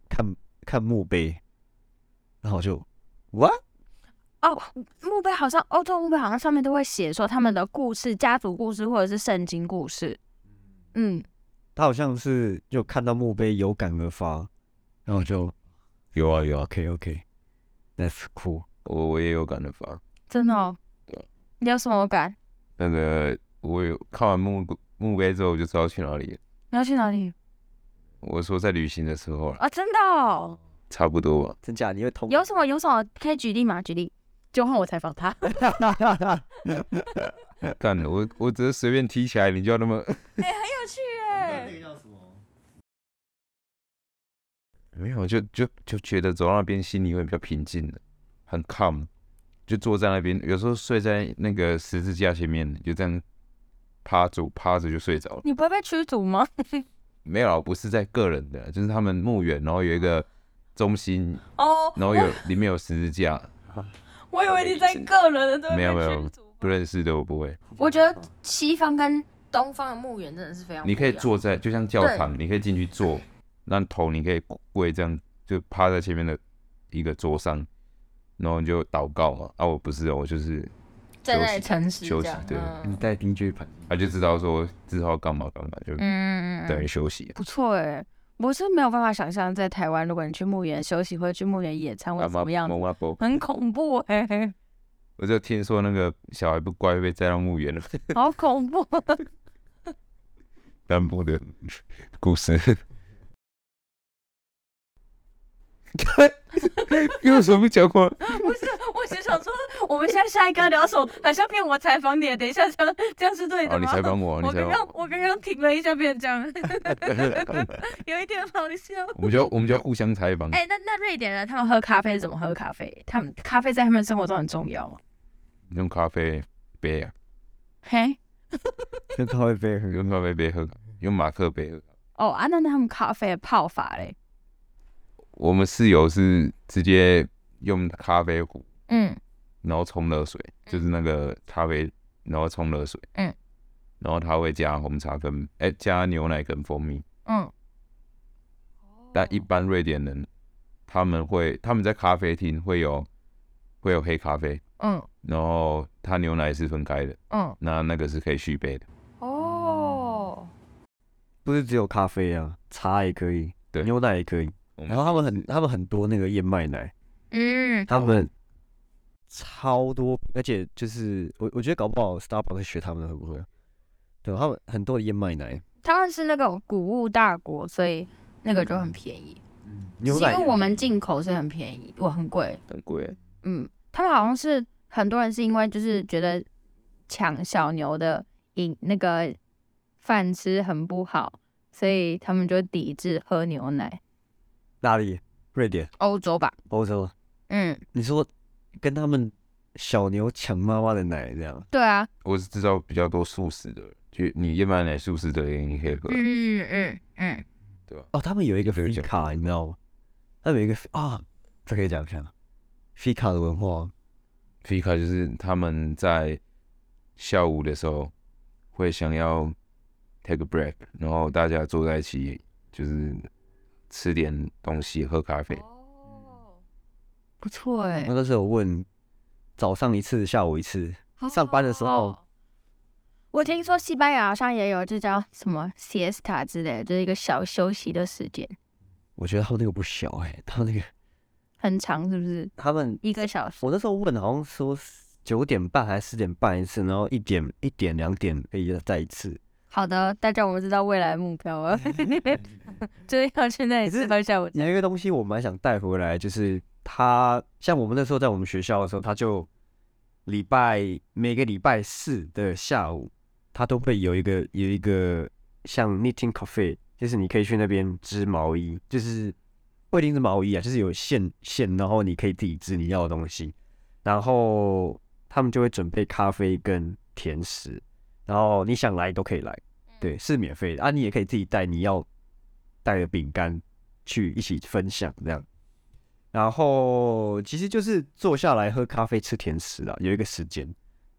看看墓碑，然后我就 what？
哦，墓碑好像欧洲墓碑好像上面都会写说他们的故事、家族故事或者是圣经故事。嗯，
他好像是就看到墓碑有感而发，然后我就
有啊有啊，
OK OK，That's、cool。
我我也有感而发。
真的哦
对。
你有什么感？
那个我有看完墓墓碑之后，我就知道去哪里了。
你要去哪里？
我说在旅行的时候了，
啊、真的哦。
差不多吧。
真假？你会通
有什么有什么可以举例吗？举例，就换我采访他。
干了，我我只是随便提起来，你就要那么
有趣哎、
没有，就就就觉得走到那边心里会比较平静的，很 calm，就坐在那边，有时候睡在那个十字架前面，就这样趴着趴着就睡着了。
你不会被驱逐吗？
没有啊，不是在个人的，就是他们墓园，然后有一个中心，
哦，
然后有里面有十字架，
我以为你在个人的，
没有没有
逐吧
不认识的我不会。
我觉得西方跟东方的墓园真的是非常不一样，
你可以坐在，就像教堂，你可以进去坐，那头你可以跪这样，就趴在前面的一个桌上，然后你就祷告嘛。啊，我不是哦，我就是
在那里诚实
休息
这样
对
你
嗯
带 DJ 盘？
他就知道说之后要干嘛干嘛，就
嗯，嗯
等于
嗯
休息。
不错哎、我是没有办法想象在台湾，如果你去墓园休息或者去墓园野餐会
干
怎
嘛啊
么样子，
蒙阿波
很恐怖哎、
我就听说那个小孩不乖被载到墓园了，
好恐怖！
单薄的故事。 又什么讲 话？
不是，我只想说，我们现在下一个聊什么？好像变我采访你了，等一下这样这样是对
哦，
的
你
吗？
采访我，你
我
采
刚
访
刚我刚刚停了一下，变成这样，
我，
有一点好笑。
我们就要我们就要互相采访。
哎、那那瑞典人他们喝咖啡是怎么喝咖啡？他们咖啡在他们生活中很重要吗？
用咖啡杯啊，
嘿，
就他会被很
用咖啡杯喝，用马克杯喝。
哦啊，那他们咖啡的泡法嘞？
我们室友是直接用咖啡壶，
嗯，
然后冲热水，就是那个咖啡，然后冲热水，
嗯，
然后他会加红茶跟哎、加牛奶跟蜂蜜，
嗯，
但
哦
一般瑞典人他们会他们在咖啡厅会有会有黑咖啡，
嗯
然后它牛奶是分开的，
嗯，
那那个是可以续杯的，
哦，
不是只有咖啡啊，茶也可以，
对
牛奶也可以。
我
然后他们很他们很多那个燕麦 奶，
嗯，
他们超多，而且就是我我觉得搞不好 Starbucks 学他们的会不会啊？对，他们很多的燕麦奶，
他们是那种谷物大国，所以那个就很便宜。
牛
是
奶
因为我们进口是很便宜，我很贵。
很贵，
嗯，他们好像是很多人是因为就是觉得抢小牛的饮那个饭吃很不好，所以他们就抵制喝牛奶。
哪里？瑞典、
欧洲吧，
欧洲，啊
嗯，
你说跟他们小牛抢妈妈的奶这样？
对啊，
我是知道比较多素食的，就你燕麦奶素食的也可以喝，
嗯嗯嗯，
对吧？
哦，他们有一个
对
f
讲
卡，你知道吗？他们有一个 Fi- 啊，这可以讲一下吗 f 卡的文化，
皮卡就是他们在下午的时候会想要 take a break，然后大家坐在一起就是吃点东西、喝咖啡。
哦，不错哎、
我那时候有问早上一次，下午一次，
哦
上班的时候
好。我听说西班牙好像也有，就叫什么 siesta 之类的，就是一个小休息的时间，
我觉得他们那个不小哎、他们那个
很长，是不是？
他们
一个小时？
我那时候问，好像说九点半还是十点半一次，然后一点、一点、两点可以再一次。
好的，大家我们知道未来目标了， 就是要去那里
嗯可是
吃喝下午茶。
有一个东西我蛮想带回来，就是他像我们那时候在我们学校的时候，他就礼拜每个礼拜四的下午，他都会有一个有一个像 knitting cafe，就是你可以去那边织毛衣，就是不一定是毛衣啊，就是有线线，然后你可以自己织你要的东西，然后他们就会准备咖啡跟甜食，然后你想来都可以来，对，是免费的啊，你也可以自己带你要带的饼干去一起分享这样。然后其实就是坐下来喝咖啡、吃甜食啦，有一个时间，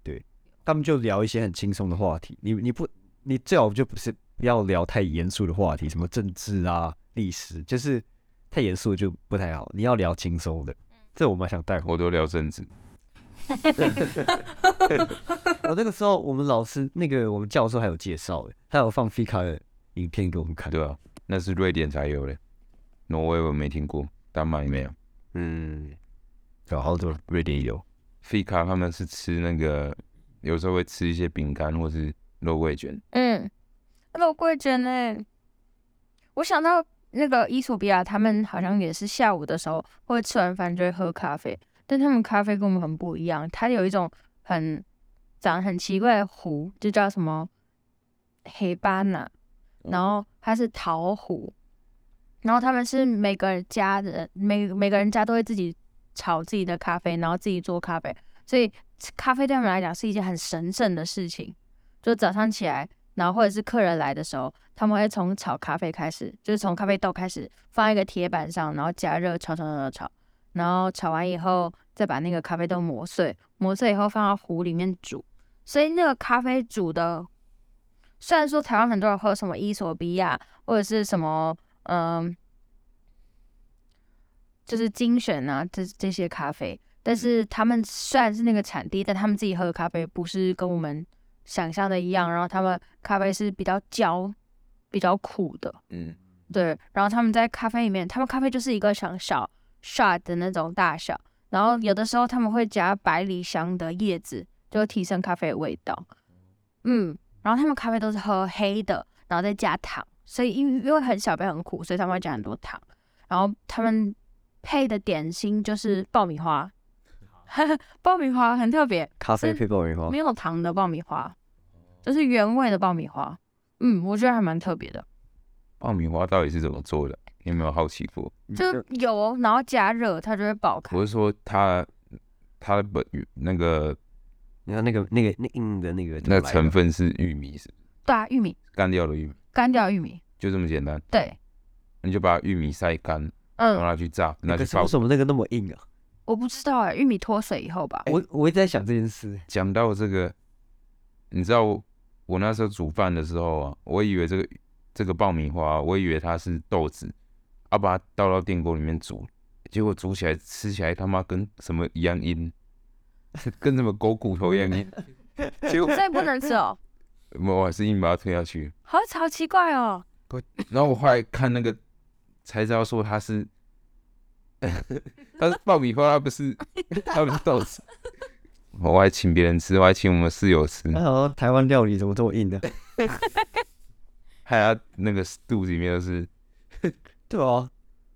对他们就聊一些很轻松的话题。你你不你最好就不是不要聊太严肃的话题，什么政治啊、历史，就是太严肃就不太好。你要聊轻松的，这我蛮想带回来
我都聊政治，
我哦那个时候，我们老师那个我们教授还有介绍，他有放 Fika 的影片给我们看。
对吧、那是瑞典才有的，挪威我没听过，丹麦没有。
嗯，有好多瑞典有，
费卡他们是吃那个，有时候会吃一些饼干或是肉桂卷，
嗯，肉桂卷呢？我想到那个伊索比亚，他们好像也是下午的时候，或者吃完饭就会喝咖啡，但他们咖啡跟我们很不一样，它有一种很长得很奇怪的壶，就叫什么黑巴纳，然后它是陶壶，然后他们是每个人家的每每个人家都会自己炒自己的咖啡，然后自己做咖啡，所以咖啡对他们来讲是一件很神圣的事情。就早上起来，然后或者是客人来的时候，他们会从炒咖啡开始，就是从咖啡豆开始放一个铁板上，然后加热炒炒炒炒炒，然后炒完以后再把那个咖啡豆磨碎，磨碎以后放到壶里面煮。所以那个咖啡煮的，虽然说台湾很多人喝什么伊索比亚或者是什么嗯，就是精选啊这这些咖啡。但是他们虽然是那个产地，但他们自己喝的咖啡不是跟我们想象的一样，然后他们咖啡是比较焦、比较苦的，
嗯，
对。然后他们在咖啡里面，他们咖啡就是一个像小 shot 的那种大小，然后有的时候他们会加百里香的叶子，就提升咖啡的味道。嗯，然后他们咖啡都是喝黑的，然后再加糖，所以因为因为很小杯很苦，所以他们会加很多糖。然后他们配的点心就是爆米花，爆米花很特别，
咖啡
是
配爆米花
没，有糖的爆米花，就是原味的爆米花。嗯，我觉得还蛮特别的，
爆米花到底是怎么做的？你有没有好奇过？
嗯
就是有哦然后加热它就会爆开。
我是说它它的本那个
你看那个那个那硬的那个怎么
那
来
成
的
分是玉米，是
对啊，玉米
干掉的玉米，
干掉玉米，
就这么简单。
对，
你就把玉米晒干，然
嗯，
啊
后拿去炸，拿
那
去
个为
爆。
什么那个那么硬啊？
我不知道哎、玉米脱水以后吧，
我我一直在想这件 事，
讲到这个，你知道我我那时候煮饭的时候啊，我以为这个这个爆米花，我以为它是豆子，啊，把它倒到电锅里面煮，结果煮起来吃起来他妈跟什么一样硬， 跟什么狗骨头一样 硬，结果
所以不能吃哦，
我还是硬把它推下去。
好好奇怪哦。
然后我后来看那个才知道说它是， 它是爆米花，它不是它不是豆子。我还请别人吃，我还请我们室友吃，
那好像哎台湾料理怎么这么 硬的？
害他那个肚子里面都是。
对啊，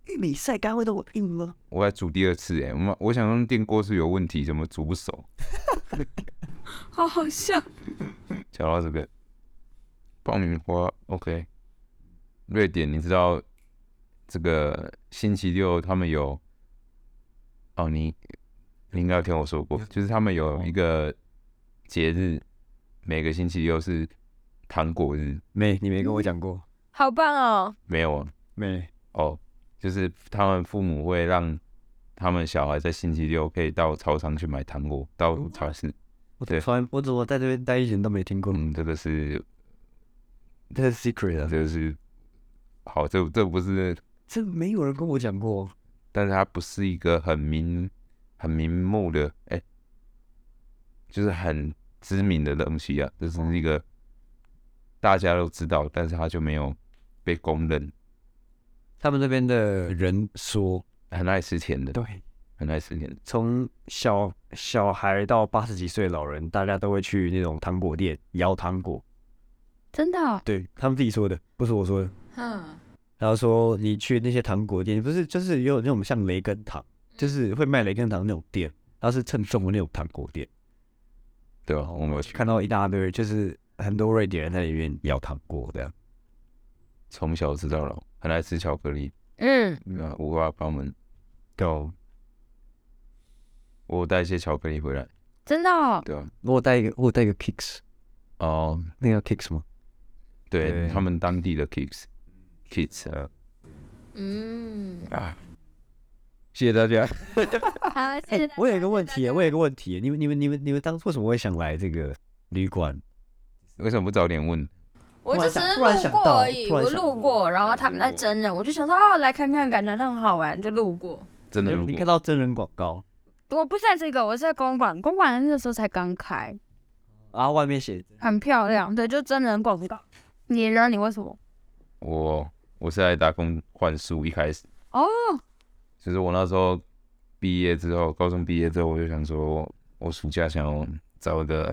玉米晒干会那么硬吗？
我还煮第二次哎、我妈我想用电锅是有问题，怎么煮不熟？
好好笑。
讲到这个爆米花，OK，瑞典你知道这个星期六他们有哦，你你应该有听我说过，就是他们有一个节日，每个星期六是糖果日，
没，你没跟我讲过，
好棒哦！
没有啊？
没，
哦，就是他们父母会让他们小孩在星期六可以到超商去买糖果，到超市。
我
对
从来我怎么在这边待一年都没听过？
嗯，这个是
这是 secret 啊，
这是好，这这不是，
这没有人跟我讲过。
但是它不是一个很明很明目的，哎、就是很知名的东西啊，这是一个大家都知道，但是它就没有被公认，
他们那边的人说，
很爱吃甜的，
对，
很爱吃甜的，
从小小孩到八十几岁的老人，大家都会去那种糖果店摇糖果。
真的、哦，
对他们自己说的，不是我说的。
嗯，
然后说你去那些糖果店，不是就是有那种像雷根糖，就是会卖雷根糖那种店，然后是称重的那种糖果店，
对吧、我没有去，
看到一大堆，就是很多瑞典人在里面摇糖果这样。
从小知道了，很爱吃巧克力，
嗯，
啊，五花八门，
有，
我有带一些巧克力回来，
真的、哦，
对吧、啊
我有带一个，我有带一个 Kicks，
哦，
那个叫 Kicks 吗？
对
对
他们当地的 kids，kids 啊。
嗯，
啊，谢谢大家。
好，啊谢谢大家
哎我有一个问题，我有一个问题，你们、你们、你们、你们当初为什么会想来这个旅馆？
为什么不早点问？
我就只是
突然
路
想
过而已，
突然
我
想到
路过，然后他们在真人，我就想说哦，来看看，感觉很好玩，就路过。
真的，
你看到真人广告
我不是在这个，我是在公馆，公馆那时候才刚开，
然后外面写
很漂亮，对，就真人广告。嗯你呢？你为什么？
我我是来打工换宿，一开始
哦，
就是我那时候毕业之后，高中毕业之后，我就想说，我暑假想要找一个，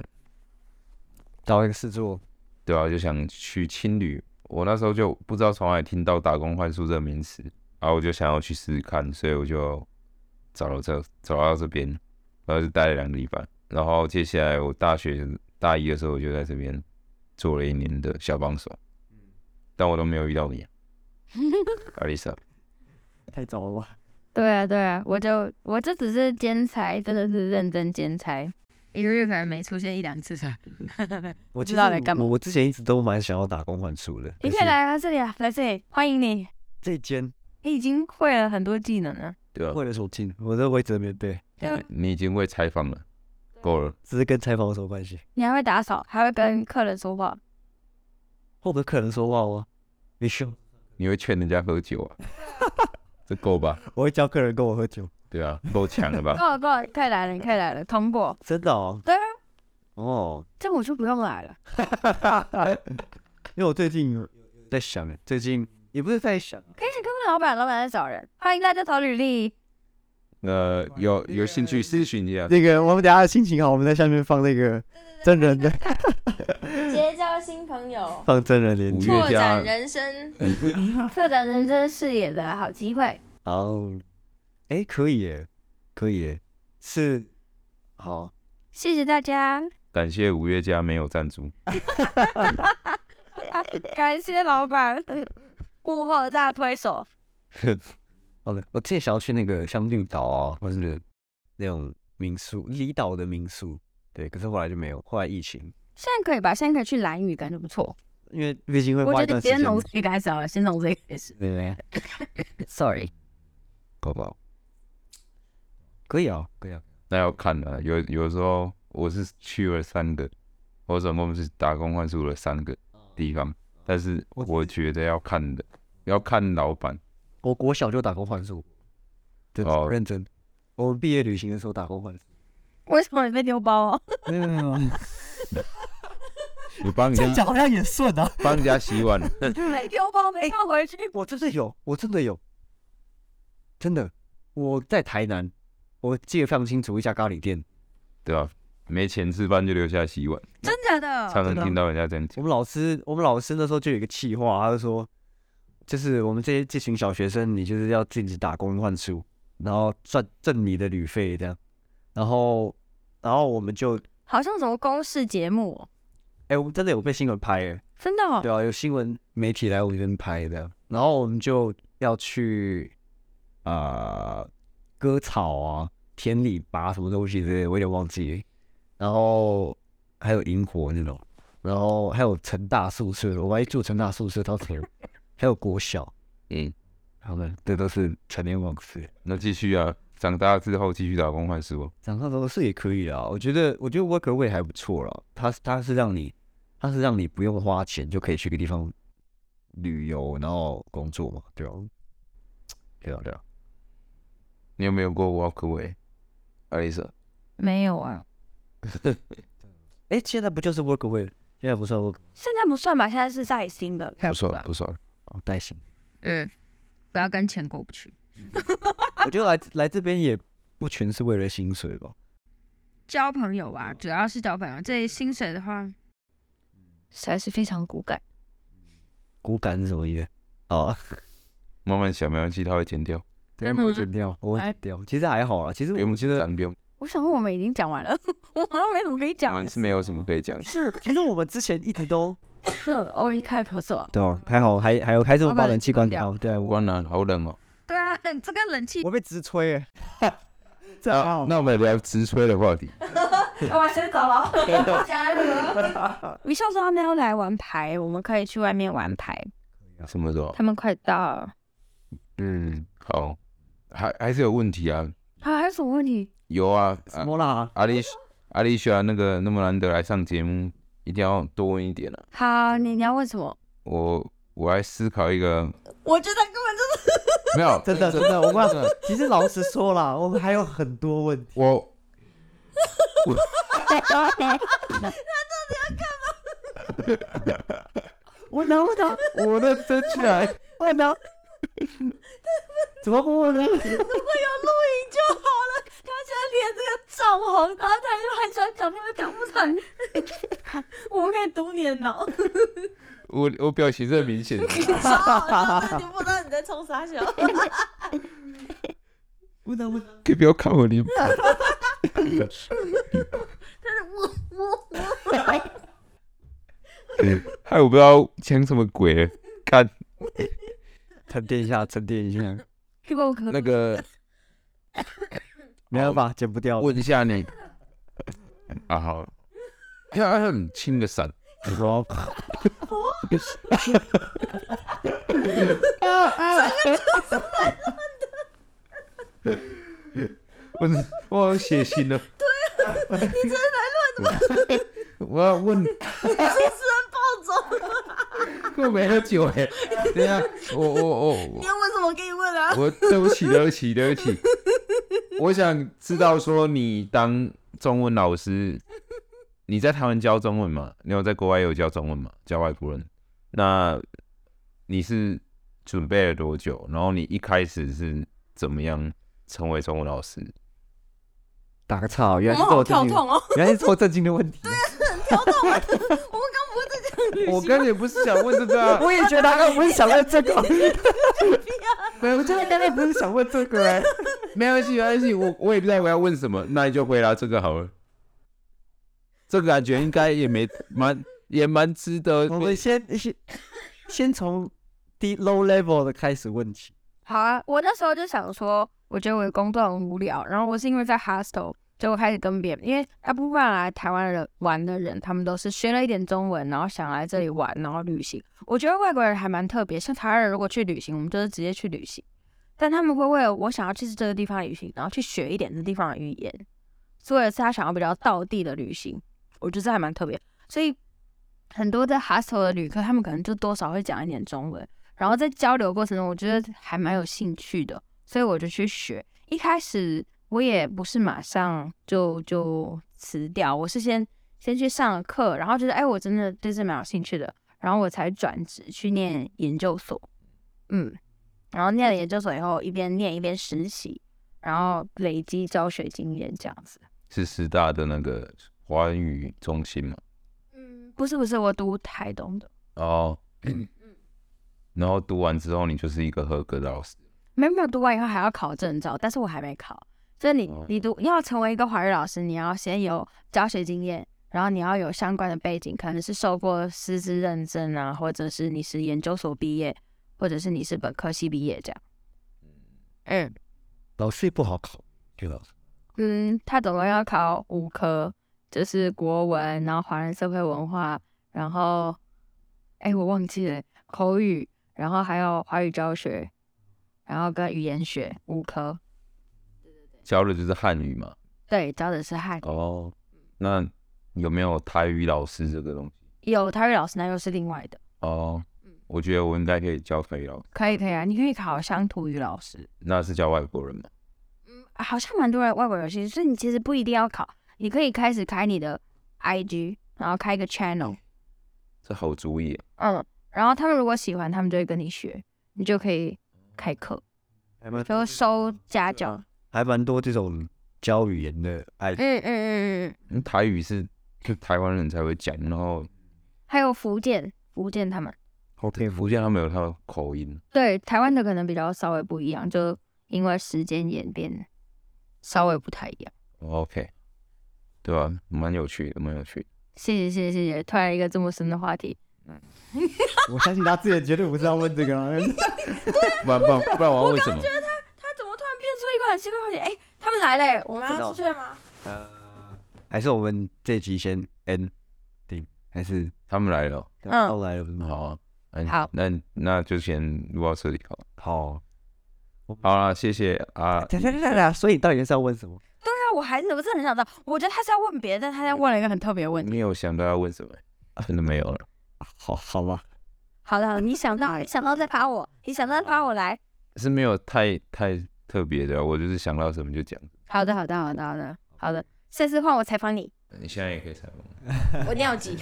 找一个事做，
对啊，就想去青旅。我那时候就不知道从哪里听到打工换宿这个名词，然后我就想要去试试看，所以我就找了这找到这边，然后就待了两个礼拜。然后接下来我大学大一的时候，我就在这边做了一年的小帮手，但我都没有遇到你、啊，阿丽莎。
太早了吧？
对啊，对啊，我就我这只是兼差，真的是认真兼差，一个月可能没出现一两次吧。
我
知道来干嘛
我我之前一直都蛮想要打工换宿的，
你
但
可以
是
来啊，这里啊，来这里，欢迎你。
这间
你已经会了很多技能了。
对啊，
为了手进，我都我一直没背，
对，
你已经会采访了，够了。
只是跟采访有什么关系？
你还会打扫，还会跟客人说话。
会不会客人说话哦？你凶，
你会劝人家喝酒啊？这够吧？
我会叫客人跟我喝酒，
对啊，够强了吧？
够了够了，你哦可以来了，你可以来了，通过。
真的哦。
对啊，
哦，
这我就不用来了。
因为我最近有在想，欸最近也不是在想，啊
可以，你看看老板，老板在找人。欢迎大家投履历。
呃，有有兴趣咨询一下。
那个我们等一下心情好，我们在下面放那个真人的。
结交
交新朋友，
放真人连接
五
拓
月加
展人生。
拓展人生视野的好机会。
好，哎，可以耶，可以耶，是好，
谢谢大家，
感谢五月家没有赞助，
感谢老板，幕后大推手。
好的，我之前想要去那个像绿岛啊，或是那种民宿，离岛的民宿，对，可是后来就没有，后来疫情，
现在可以吧？现在可以去蓝屿，感觉不错。
因为毕竟会
我
花
觉得
一段时
先
间嘛，
从这个开始好了，先从这个开始。
对不对？
Sorry，
宝宝，可以啊，可以啊，
那要看了、有有时候我是去了三个，我总共是打工换宿了三个地方，但是我觉得要看的，要看老板。
我国小就打工换宿，对，
哦
认真，我们毕业旅行的时候打工换宿，
为什么你被丢包哦？
没有没有，
你 帮人家
好像也顺啊，
帮人家洗碗，
没丢包，没放回去。
我真的有，我真的有，真的，我在台南，我记得非常清楚一家咖喱店，
对吧、没钱吃饭就留下来洗碗，
真假
常
的？
常听到人家这样
我
讲。
们老师，我们老师那时候就有一个气话，他就说，就是我们这些这群小学生，你就是要自己打工换书，然后赚挣你的旅费这样，然后，然后我们就，
好像什么公式节目哦，
哎、我们真的有被新闻拍、哎，
真的哦。
对啊，有新闻媒体来我们这边拍的，然后我们就要去，
啊
呃，割草啊，田里拔什么东西之类的，我有点忘记了，然后还有萤火那种，然后还有成大宿舍，我还住成大宿舍到成，还有国小，
嗯，
他们这都是成年往事。
那继续啊，长大之后继续打工换宿哦。
长大之后是也可以啊，我觉得我觉得 work away 还不错了，它是它是让你它是让你不用花钱就可以去个地方旅游，然后工作嘛，对吧、对啊对啊，
你有没有过 walk away？阿丽莎，
没有啊，
哎，现在不就是 work away？了现在不算 work，
现在不算吧？现在是在新的，
不算不算，
哦，带薪。
嗯，不要跟钱过不去。
我觉得来来这边也不全是为了薪水吧，
交朋友吧，主要是交朋友。这薪水的话，实在是非常骨感。
骨感是什么意思？哦，
慢慢想没关系，他会剪掉。
对，我剪掉，我会剪掉。其实还好啊啦，其实
不
哎我
用
觉得，
咱不用，
我想问，我们已经讲完了， 我好像没怎么可以
我
讲了。
们是没有什么可以讲。
是，其实我们之前一直都
是偶尔开咳嗽。
对哦，还好，还还有还是我
把
把
冷
冷
气
气
关
关
掉
掉。对，我
关了，好冷哦。
对啊，这个冷气，
我啊被直吹 耶，这还
啊那
好。
那我们聊直吹的话题。
我先走了，加 油！米笑说他们要来玩牌，我们可以去外面玩牌。
什么时候？
他们快到啊了，
嗯，好，还还是有问题啊？
啊，还有什么问题？
有啊，
什
啊
么啦？
阿丽阿丽莎那个那么难得来上节目，一定要多问一点啊。
好，你你要问什么？
我我来思考一个，
我觉得根本就是
没 有，
真的真的，我忘了。其实老实说啦，我们还有很多问题。
我
我能不能？
我的真起来，
我能？怎么不 能？
录影就好了。他现在脸这个涨红，然后他又还想讲，他又讲不出来。 我们可以读你的脑，
我我表情这明显。
你不知道你在冲啥笑。
不能不能？
可以不要看我脸。害哎我不知道讲什么鬼，看
沉淀一下，沉淀一 下。
去过可
那个
没办法，剪不掉。
问一下你啊，好，要要很轻的闪，
你说，
我我要写信了，啊对，你真的来乱 我要问，我没喝酒哎，等一下，我我我我
你要问什么可以问啊？
我对不起，对不起，对不起。我想知道说，你当中文老师，你在台湾教中文吗？你有在国外有教中文吗？教外国人？那你是准备了多久？然后你一开始是怎么样成为中文老师？
打个岔哦，
我
原来是
们
做
好
正
跳
经，
痛哦，
原来是做正经的问题。
啊跳痛。我们刚不是在讲旅
我
行
刚才也不是想问这个啊，
我也觉得他刚刚不是想问这 个，
我真的刚才不是想问这个哎、没关系，没关系，我我也不知道我要问什么，那你就回答这个好了。这个感觉应该也没蛮也蛮值得。
我们先先先从低 low level 的开始问起。
好啊，我那时候就想说，我觉得我的工作很无聊，然后我是因为在 hostel，就我开始跟别人，因为大部分来台湾人玩的人，他们都是学了一点中文，然后想来这里玩，然后旅行。我觉得外国人还蛮特别，像台湾人如果去旅行，我们就是直接去旅行，但他们会为了我想要去这个地方旅行，然后去学一点这地方的语言，所以是他想要比较道地的旅行，我觉得这还蛮特别。所以很多在 hostel 的旅客，他们可能就多少会讲一点中文。然后在交流过程中，我觉得还蛮有兴趣的，所以我就去学。一开始我也不是马上就就辞掉，我是先先去上了课，然后觉得哎，我真的对这蛮有兴趣的，然后我才转职去念研究所。嗯，然后念了研究所以后，一边念一边实习，然后累积教学经验这样子。
是师大的那个华语中心嘛？
嗯，不是不是，我读台东的，
哦， 然后读完之后，你就是一个合格的老师。
没有没有，读完以后还要考证照，但是我还没考。所以你
哦
你读你要成为一个华语老师，你要先有教学经验，然后你要有相关的背景，可能是受过师资认证啊，或者是你是研究所毕业，或者是你是本科系毕业这样。嗯
老师也不好考，对老师。
嗯，他总共要考五科，就是国文，然后华人社会文化，然后哎我忘记了口语，然后还有华语教学，然后跟语言学五科。
教的就是汉语嘛。
对，教的是汉语。
哦，那有没有台语老师这个东西？
有台语老师，那又是另外的。
哦，我觉得我应该可以教台语老师，
可以，可以啊，你可以考乡土语老师。
那是教外国人嘛？
啊好像蛮多人外国人有兴趣，所以你其实不一定要考，你可以开始开你的 IG，然后开一个 channel，
这好主意啊，
嗯，然后他们如果喜欢，他们就会跟你学，你就可以开课，
还蛮
就收家教。
还蛮多这种教语言的哎爱
嗯嗯嗯嗯，嗯，
嗯台语是就台湾人才会讲，然后
还有福建，福建他们
好佩服。
福建他们有他们的口音。
对台湾的可能比较稍微不一样，就因为时间演变，稍微不太一样。
OK，对吧、蛮有趣的，蛮有趣的。
谢谢谢谢谢谢，突然一个这么深的话题，
我相信他之前绝对不是要问这个啊，
不然不然不然我要问什么？
他怎么突然变出一个很奇怪的话题？哎、他们来了、我们要出去了吗？
还是我们这集先 end 定，还是
他们来了，
嗯
到来了不是吗？
好啊，嗯
好
那那就先录到这里好了。
好，
好啦，谢谢啊，
等等等等，所以你到底是要问什么？
对啊，我还是不是很想知道。我觉得他是要问别的，但他在问了一个很特别的问题。
没有想到要问什么，真的没有了。
好好吧，
好的，好的你想到，你想到再爬我，你想到再爬我 来。
是没有太太特别的，啊我就是想到什么就讲。
好的，好的，好的，好的，好的。下次换我采访你。
你现在也可以采访
我尿急，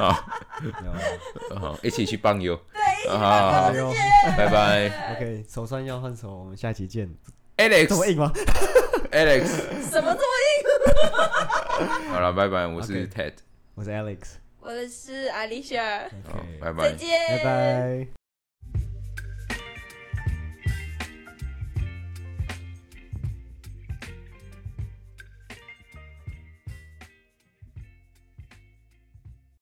我，好，一起去棒友，对，
我
好，
是觉
拜拜
OK，手上要换手，我们下期见。这么
哎
，Alex，Alex，
硬吗？
得什么这么
好了，拜拜，我是
OK
Ted，
我是 Alex，
我的是 Alicia，
好
OK，
拜
再
拜。
见，
拜拜。